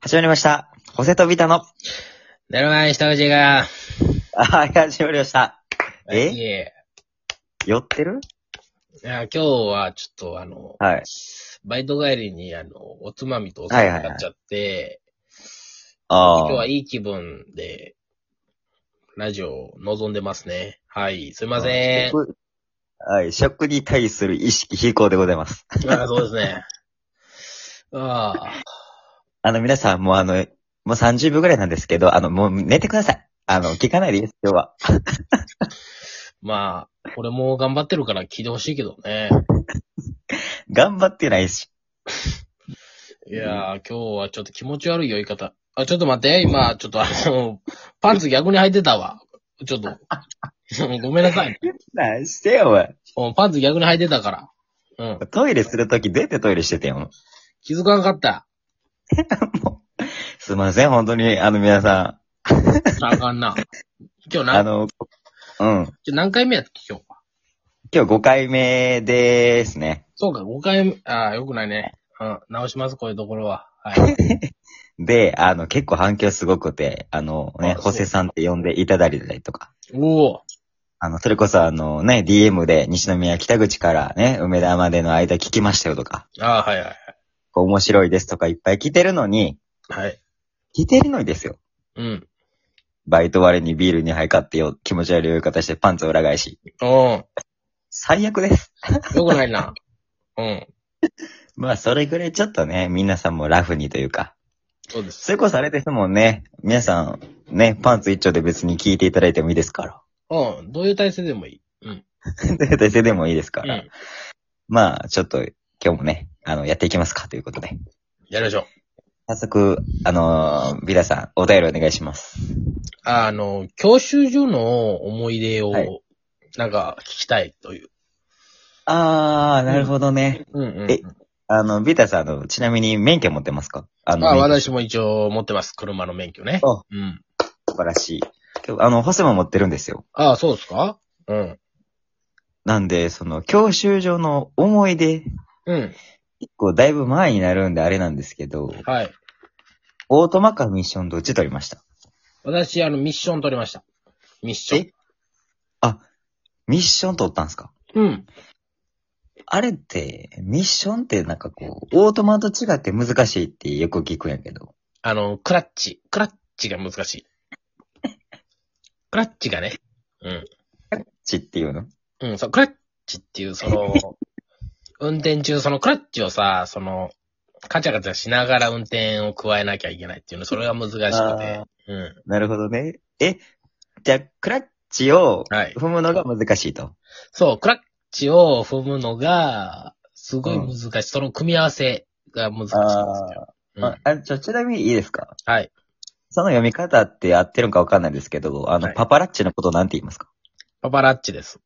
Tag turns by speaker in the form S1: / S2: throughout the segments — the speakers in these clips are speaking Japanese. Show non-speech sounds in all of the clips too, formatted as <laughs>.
S1: 始まりました。ホセとビタの、
S2: だるまに下打ちが、
S1: あはい、始まりました。え
S2: いえ、
S1: 酔ってる
S2: いや今日はちょっとあの、
S1: はい。
S2: バイト帰りにあの、おつまみとお酒買っちゃって、
S1: あ
S2: 今日は
S1: あ。
S2: いい気分で、ラジオを望んでますね。はい、すいません。
S1: 食はい、食に対する意識非行でございます。
S2: あそうですね。ああ、
S1: あの、皆さん、もうあの、もう30秒ぐらいなんですけど、あの、もう寝てください。あの、聞かないでいいです、今日は。
S2: まあ、俺も頑張ってるから聞いてほしいけどね。
S1: 頑張ってないし。
S2: いやー、今日はちょっと気持ち悪い酔い方。あ、ちょっと待って、今、ちょっとあの、パンツ逆に履いてたわ。ちょっと、ごめんなさい。
S1: 何してよ、お前。
S2: うんパンツ逆に履いてたから。うん。
S1: トイレするとき、出てトイレしててよ。
S2: 気づかなかった。
S1: すいません、本当に、あの、皆さ
S2: あ
S1: <laughs>
S2: かんな。今日
S1: ん。あ
S2: 何、今
S1: の、うん。
S2: 日何回目やった今日は。
S1: 今日5回目でーすね。
S2: そうか、5回目、ああ、よくないね。うん、直します、こういうところは。
S1: <laughs>
S2: はい。
S1: で、あの、結構反響すごくて、あのね、
S2: あそう
S1: ホセさんって呼んでいただいたりとか、
S2: おお
S1: あの、それこそあのね、DM で西宮北口からね、梅田までの間聞きましたよとか、
S2: ああ、はいはい。
S1: こう面白いですとかいっぱい聞いてるのに、
S2: はい。
S1: 聞いてるのにですよ。
S2: うん。
S1: バイト割にビール2杯買ってよ、気持ち悪い言い方してパンツ裏返し。
S2: う
S1: 最悪です。
S2: ん。よくないな。 <laughs> うん。
S1: まあ、それぐらいちょっとね、皆さんもラフにというか、
S2: そうです。
S1: それこそあれですもんね、皆さん、ね、パンツ一丁で別に聞いていただいてもいいですから。 <laughs>
S2: うん。どういう体勢でもいい。うん。
S1: 大勢でもいいですか
S2: う
S1: ら。
S2: ん。
S1: まあ、ちょっと、今日もね、あの、やっていきますか、ということで。
S2: やりましょう。
S1: 早速、あのービラさん、お便りお願いします。
S2: あの、教習所の思い出を、
S1: はい
S2: なんか、聞きたいという。
S1: あー、なるほどね。
S2: うんうん、うん。
S1: えあの、ビタさん、あの、ちなみに免許持ってますかあの、
S2: あ、
S1: 免許
S2: 私も一応持ってます。車の免許ね。
S1: あ
S2: うん。
S1: 素晴らしい。けどあの、ホセも持ってるんですよ。
S2: ああ、そうですかうん。
S1: なんで、その、教習所の思い出、
S2: うん。
S1: 結構だいぶ前になるんであれなんですけど、
S2: はい。
S1: オートマかミッションどっち取りました
S2: 私、あの、ミッション取りました。ミッション。
S1: ミッション取ったんですか
S2: うん。
S1: あれって、ミッションってなんかこう、オートマと違って難しいってよく聞くんやけど。
S2: あの、クラッチ。クラッチが難しい。クラッチがね。うん。
S1: ちっていうの
S2: うん、そう、クラッチっていう、その、運転中、そのクラッチをさ、その、カチャカチャしながら運転を加えなきゃいけないっていうの、それが難しくて
S1: あ。
S2: う
S1: なるほどね。え、じゃあ、クラッチを
S2: ん。はい。
S1: 踏むのが難しいと。
S2: そう、クラッチを踏むのが、すごい難しい。その組み合わせが難しいんですよ。うん
S1: あ、あちょ、ちなみにいいですか
S2: はい。
S1: その読み方って合ってるのかわかんないですけど、あの、
S2: はい
S1: パパラッチのことなんて言いますか
S2: パパラッチです。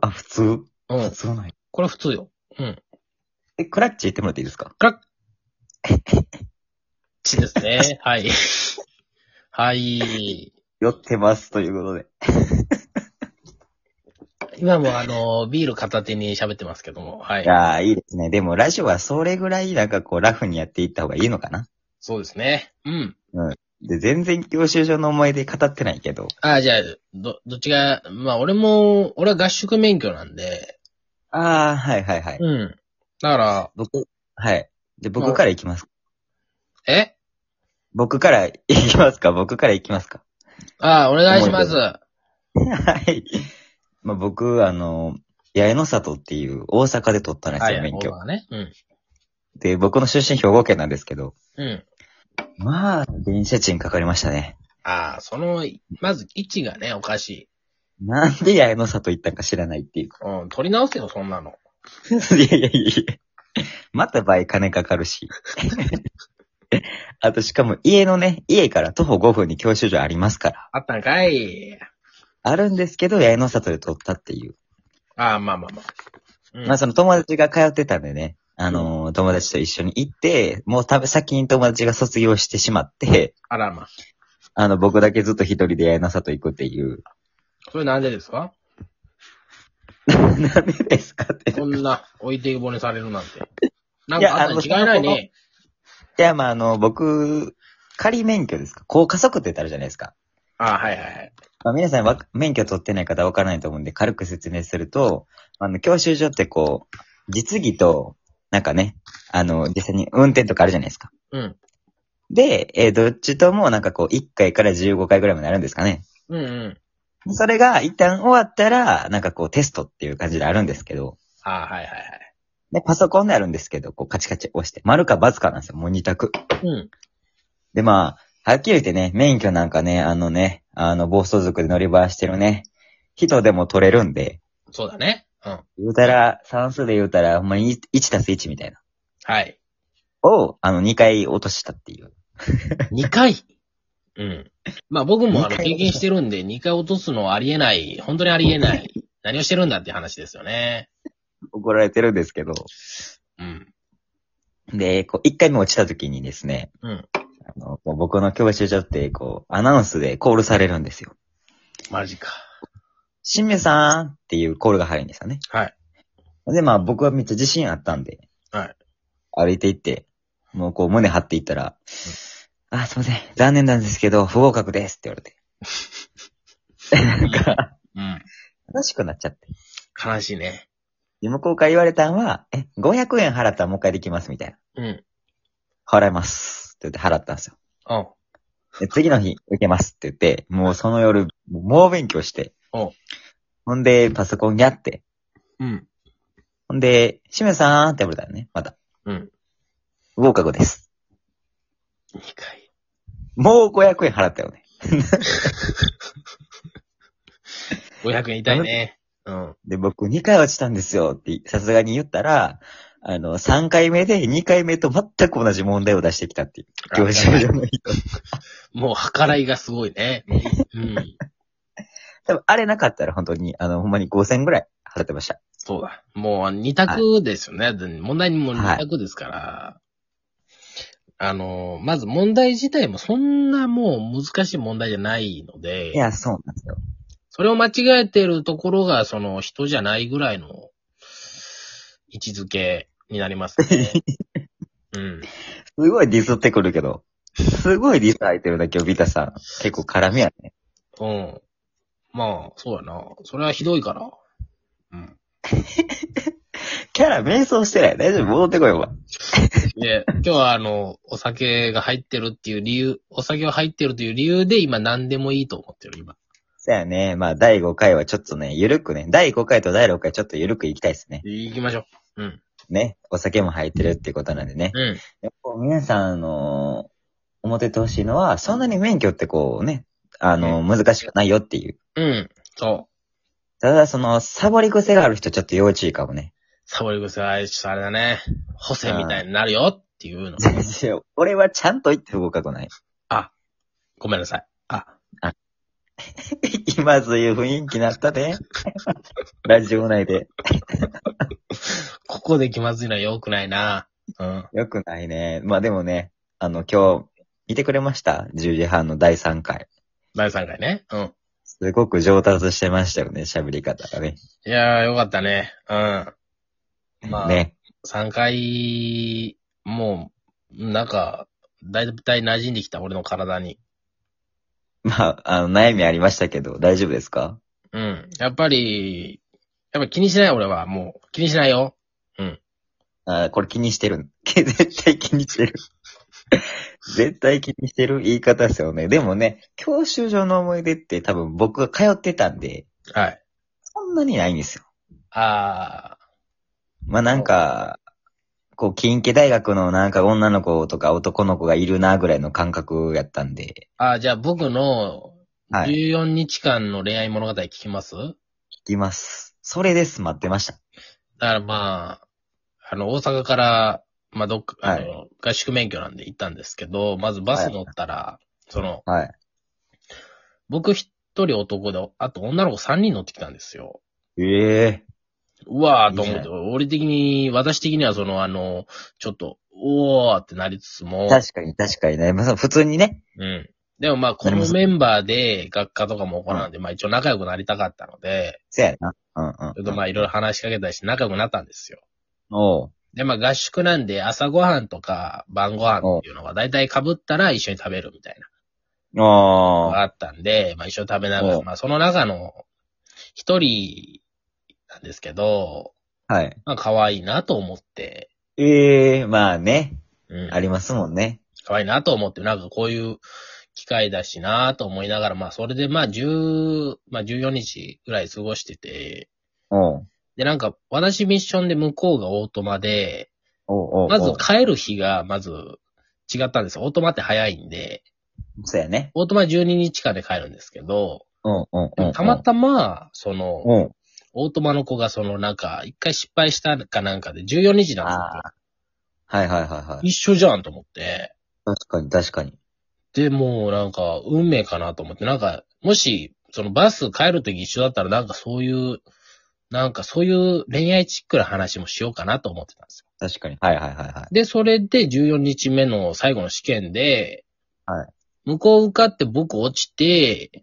S1: あ、普通
S2: う
S1: 普
S2: ん。
S1: 通ない。
S2: これ普通よ。うん。
S1: え、クラッチ言ってもらっていいですか
S2: チですね。はい。はい。
S1: 酔ってます、ということで。
S2: 今もあの、ビール片手に喋ってますけども。はいい。
S1: やー、いいですね。でも、ラジオはそれぐらい、なんかこう、ラフにやっていった方がいいのかな
S2: そうですね。うん。
S1: で、全然教習所の思い出語ってないけど。
S2: あじゃあ、ど、どっちが、まあ俺も、俺は合宿免許なんで。
S1: あー、はいはいはい。
S2: うん。だから、
S1: 僕、はい。で、
S2: う
S1: 僕
S2: ん
S1: から行きます。
S2: え
S1: 僕から行きますか <laughs> 僕から行きますか
S2: あお願いします。
S1: はい。まあ、僕、あの、八重の里っていう大阪で取ったんです
S2: は
S1: よ、
S2: い。
S1: 免許。
S2: はね。うん。
S1: で、僕の出身兵庫県なんですけど、
S2: うん。
S1: まあ、電車賃かかりましたね。
S2: ああ、その、まず位置がね、おかし
S1: なんで八重の里行ったんか知らないっていうか。
S2: い。うん。取り直せよ、そんなの。
S1: <laughs> いやいやいやいや。また倍金かかるし。 <laughs> あとしかも家のね、家から徒歩5分に教習所ありますから。
S2: あったんかい。
S1: あるんですけど、八重の里で取ったっていう。
S2: ああ、まあまあまあ。うん
S1: まあその友達が通ってたんでね、あのー友達と一緒に行って、もうた先に友達が卒業してしまって、 <laughs>
S2: あらまあ。
S1: あの、僕だけずっと一人でやいなさと行くっていう。 <laughs>
S2: それなんでですか
S1: なんでですかって。い
S2: <laughs> こんな置 <laughs> いてけぼりにされるなんて。なん
S1: いや
S2: かあったに違いない
S1: あの
S2: ね。
S1: や、まあ、あの、僕仮免許ですか高加速って言ってあるじゃないですか。
S2: あはいはいはい。
S1: まあ、皆さんわ、免許取ってない方わからないと思うんで、軽く説明すると、あの、教習所ってこう、実技と、なんかね、あの、実際に運転とかあるじゃないですか。
S2: うん。
S1: で、えーどっちともなんかこう、1回から15回ぐらいまであるんですかね。
S2: うんうん。
S1: それが一旦終わったら、なんかこう、テストっていう感じであるんですけど、
S2: あはいはいはい。
S1: で、パソコンであるんですけど、こうカチカチ押して、丸か×かなんですよ、もう二択。
S2: うん。
S1: で、まあ、はっきり言ってね、免許なんかね、あのね、あの、暴走族で乗り回してるね、人でも取れるんで、
S2: そうだね。うん。
S1: 言うたら、算数で言うたら、ほんまに1たす1みたいな。
S2: <laughs> はい。
S1: を、あの、2回落としたっていう。
S2: 2回。うん。まあ僕もあ
S1: 二
S2: の
S1: 回
S2: 経験してるんで、2回落とすのはありえない。本当にありえない。何をしてるんだっていう話ですよね。
S1: 怒られてるんですけど。
S2: うん。
S1: で、こう、1回目落ちた時にですね、
S2: うん。
S1: あの、こう僕の教習所って、こう、アナウンスでコールされるんですよ。
S2: マジか。
S1: 新名さんっていうコールが入るんですよね。
S2: はい。
S1: で、まあ僕はめっちゃ自信あったんで、
S2: はい。
S1: 歩いて行って、もうこう胸張って行ったら、あ、すいません、残念なんですけど、不合格ですって言わ
S2: <laughs>
S1: れて。なんか、
S2: うん。
S1: 悲しくなっちゃって。
S2: 悲しいね。
S1: で、向こうから言われたんは、え、500円払ったらもう一回できますみたいな。
S2: うん。
S1: 払いますって言って払ったんですよ。
S2: うん。
S1: で、次の日受けますって言って、もうその夜、もう猛勉強して
S2: お。
S1: ほんで、パソコンやって。
S2: うん。
S1: ほんで、しめさんって呼ばれたらね、また。
S2: うん。
S1: 不合格です。
S2: 2回。
S1: もう500円払ったよね。
S2: 500円痛いね。うん。
S1: で、僕2回落ちたんですよって、さすがに言ったら、あの、3回目で2回目と全く同じ問題を出してきたっていう。教授の人。
S2: もう計らいがすごいね。うん。
S1: 多分、あれなかったら本当に、あの、ほんまに5000ぐらい払ってました。
S2: そうだ。もう二択ですよね。問題にも二択ですから。あの、まず問題自体もそんなもう難しい問題じゃないので。
S1: いや、そうなんですよ。
S2: それを間違えてるところが、その人じゃないぐらいの位置づけになります
S1: <laughs>
S2: ね。うん。
S1: すごいディスってくるけど。すごいディス入ってるだけ、ビタさん。結構絡みやね。
S2: うん。まあ、そうやな。それはひどいから。うん。
S1: キャラ迷走してない。大丈夫、戻ってこいよ。
S2: で、今日はあの、お酒が入ってるっていう理由、お酒が入ってるという理由で今何でもいいと思ってる、今。
S1: そうやね。まあ、第5回はちょっとね、ゆるくね。第5回と第6回ちょっとゆるくいきたいですね。
S2: 行きましょう。うん。
S1: ね。お酒も入ってるってことなんでね。
S2: うん。
S1: やっぱ皆さん、あの、思っててほしいのは、そんなに免許ってこうね、あの、難しくないよっていう。
S2: うん。そう。
S1: ただ、その、サボり癖がある人ちょっと要注意かもね。
S2: サボり癖は、ちょっとあれだね。補正みたいになるよっていうの。
S1: 俺はちゃんと言って動かくない。 <laughs>
S2: ごめんなさい。あ、
S1: 今そういう雰囲気になったね。 <laughs> ラジオ内で。
S2: ここで気まずいのは良くないな。うん。
S1: よくないね。まあでもね、あの、今日、見てくれました ?10 時半の第3回。
S2: 第3回ね。うん。
S1: すごく上達してましたよね、喋り方がね。
S2: いやー、よかったね。うん。まあ、
S1: ね。
S2: 3回、もう、なんか、だいたい馴染んできた、俺の体に。
S1: まあ、あの、悩みありましたけど、大丈夫ですか
S2: うん。やっぱり、やっぱ気にしない、俺は。もう、気にしないよ。
S1: あーこれ気にしてる。 <laughs> 絶対気にしてる。 <laughs> 絶対気にしてる言い方ですよね。でもね、教習所の思い出って多分僕が通ってたんで、
S2: はい。
S1: そんなにないんですよ。
S2: あ
S1: まあなんか、こう、近畿大学のなんか女の子とか男の子がいるなぐらいの感覚やったんで、
S2: ー、あー、じゃあ僕の、
S1: はい
S2: 14日間の恋愛物語聞きます、
S1: 聞きます。それです。待ってました。
S2: だからまあ、あの、大阪から、まあ、どっか、あの、合宿免許なんで行ったんですけど、まずバス乗ったら、その、
S1: はい。
S2: 僕一人男で、あと女の子三人乗ってきたんですよ。
S1: ええ
S2: うわーと思っ
S1: いい
S2: て、
S1: じ
S2: 俺的に、私的にはその、あの、ちょっと、おーってなりつつも、
S1: 確かに確かにね。まあその普通にね。
S2: うん。でもまあ、このメンバーで、学科とかも行なんで、まあ一応仲良くなりたかったので、
S1: そやな。うんうん。
S2: ちょっとまあいろいろ話しかけたりして仲良くなったんですよ。
S1: おう
S2: で、まあ合宿なんで朝ごはんとか晩ご飯っていうのが大体被ったら一緒に食べるみたいなの
S1: あ
S2: が
S1: あ。
S2: あったんで、まあ一緒に食べながら、
S1: うん
S2: まあその中の一人なんですけど、
S1: はい。
S2: まあ可愛いなと思って、
S1: ええまあね。
S2: うん
S1: ありますもんね。
S2: 可愛いなと思って、なんかこういう機会だしなと思いながら、まあそれでまあ10、まあ14日ぐらい過ごしてて、
S1: おう
S2: でなんか私ミッションで向こうがオートマで、
S1: おうおうおう
S2: まず帰る日がまず違ったんですよ。オートマって早いんで、
S1: そうやね。
S2: オートマ12日間で帰るんですけど、
S1: うんうんう
S2: でも
S1: ん。
S2: たまたま、その、
S1: うん。
S2: オートマの子がそのなんか、一回失敗したかなんかで14日なんですよ。
S1: はいはいはいはい。
S2: 一緒じゃんと思って。
S1: 確かに確かに。
S2: で、もうなんか、運命かなと思って、なんか、もし、そのバス帰るとき一緒だったら、なんかそういう、なんかそういう恋愛チックな話もしようかなと思ってたんですよ。
S1: 確かに。はいはいはいはい。
S2: で、それで14日目の最後の試験で、
S1: はい
S2: 向こう受かって僕落ちて、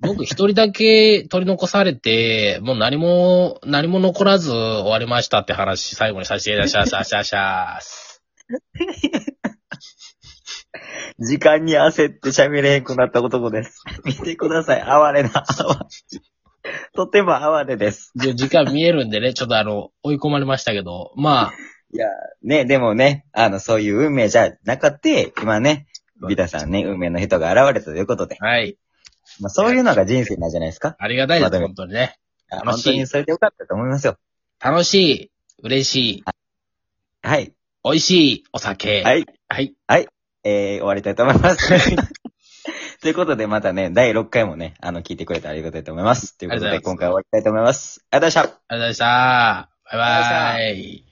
S2: 僕一人だけ取り残されて、もう何も、何も残らず終わりましたって話、最後にさせていただきました。シャシャシャシ
S1: 時間に焦って喋れへんくなった男です。見てください。哀れな。とても哀れです。
S2: ャー。で時間見えるんでね、ちょっとあの、追い込まれましたけど、まあ、
S1: いや、ね、でもね、あの、そういう運命じゃなかって、今ね、ビタさんね、運命の人が現れたということで。
S2: はい。
S1: まあ、そういうのが人生なんじゃないですか。
S2: ありがたいで
S1: まあ
S2: す、
S1: でも
S2: 本当にね。
S1: あ
S2: 楽
S1: 本
S2: しい
S1: 当にそれでよかったと思いますよ。
S2: 楽しい、嬉しい、
S1: はい。
S2: 美味しいお酒。。
S1: はいい。
S2: はい。
S1: えー、終わりたいと思います。 <laughs> ということで、またね、第6回もね、あの、聞いてくれてありがたいと思います。ということ
S2: あり
S1: で、
S2: がとう
S1: 今
S2: ござ
S1: 回終
S2: います
S1: わりたいと思います。ありがとうございました。
S2: ありがとうございました。バイバイ。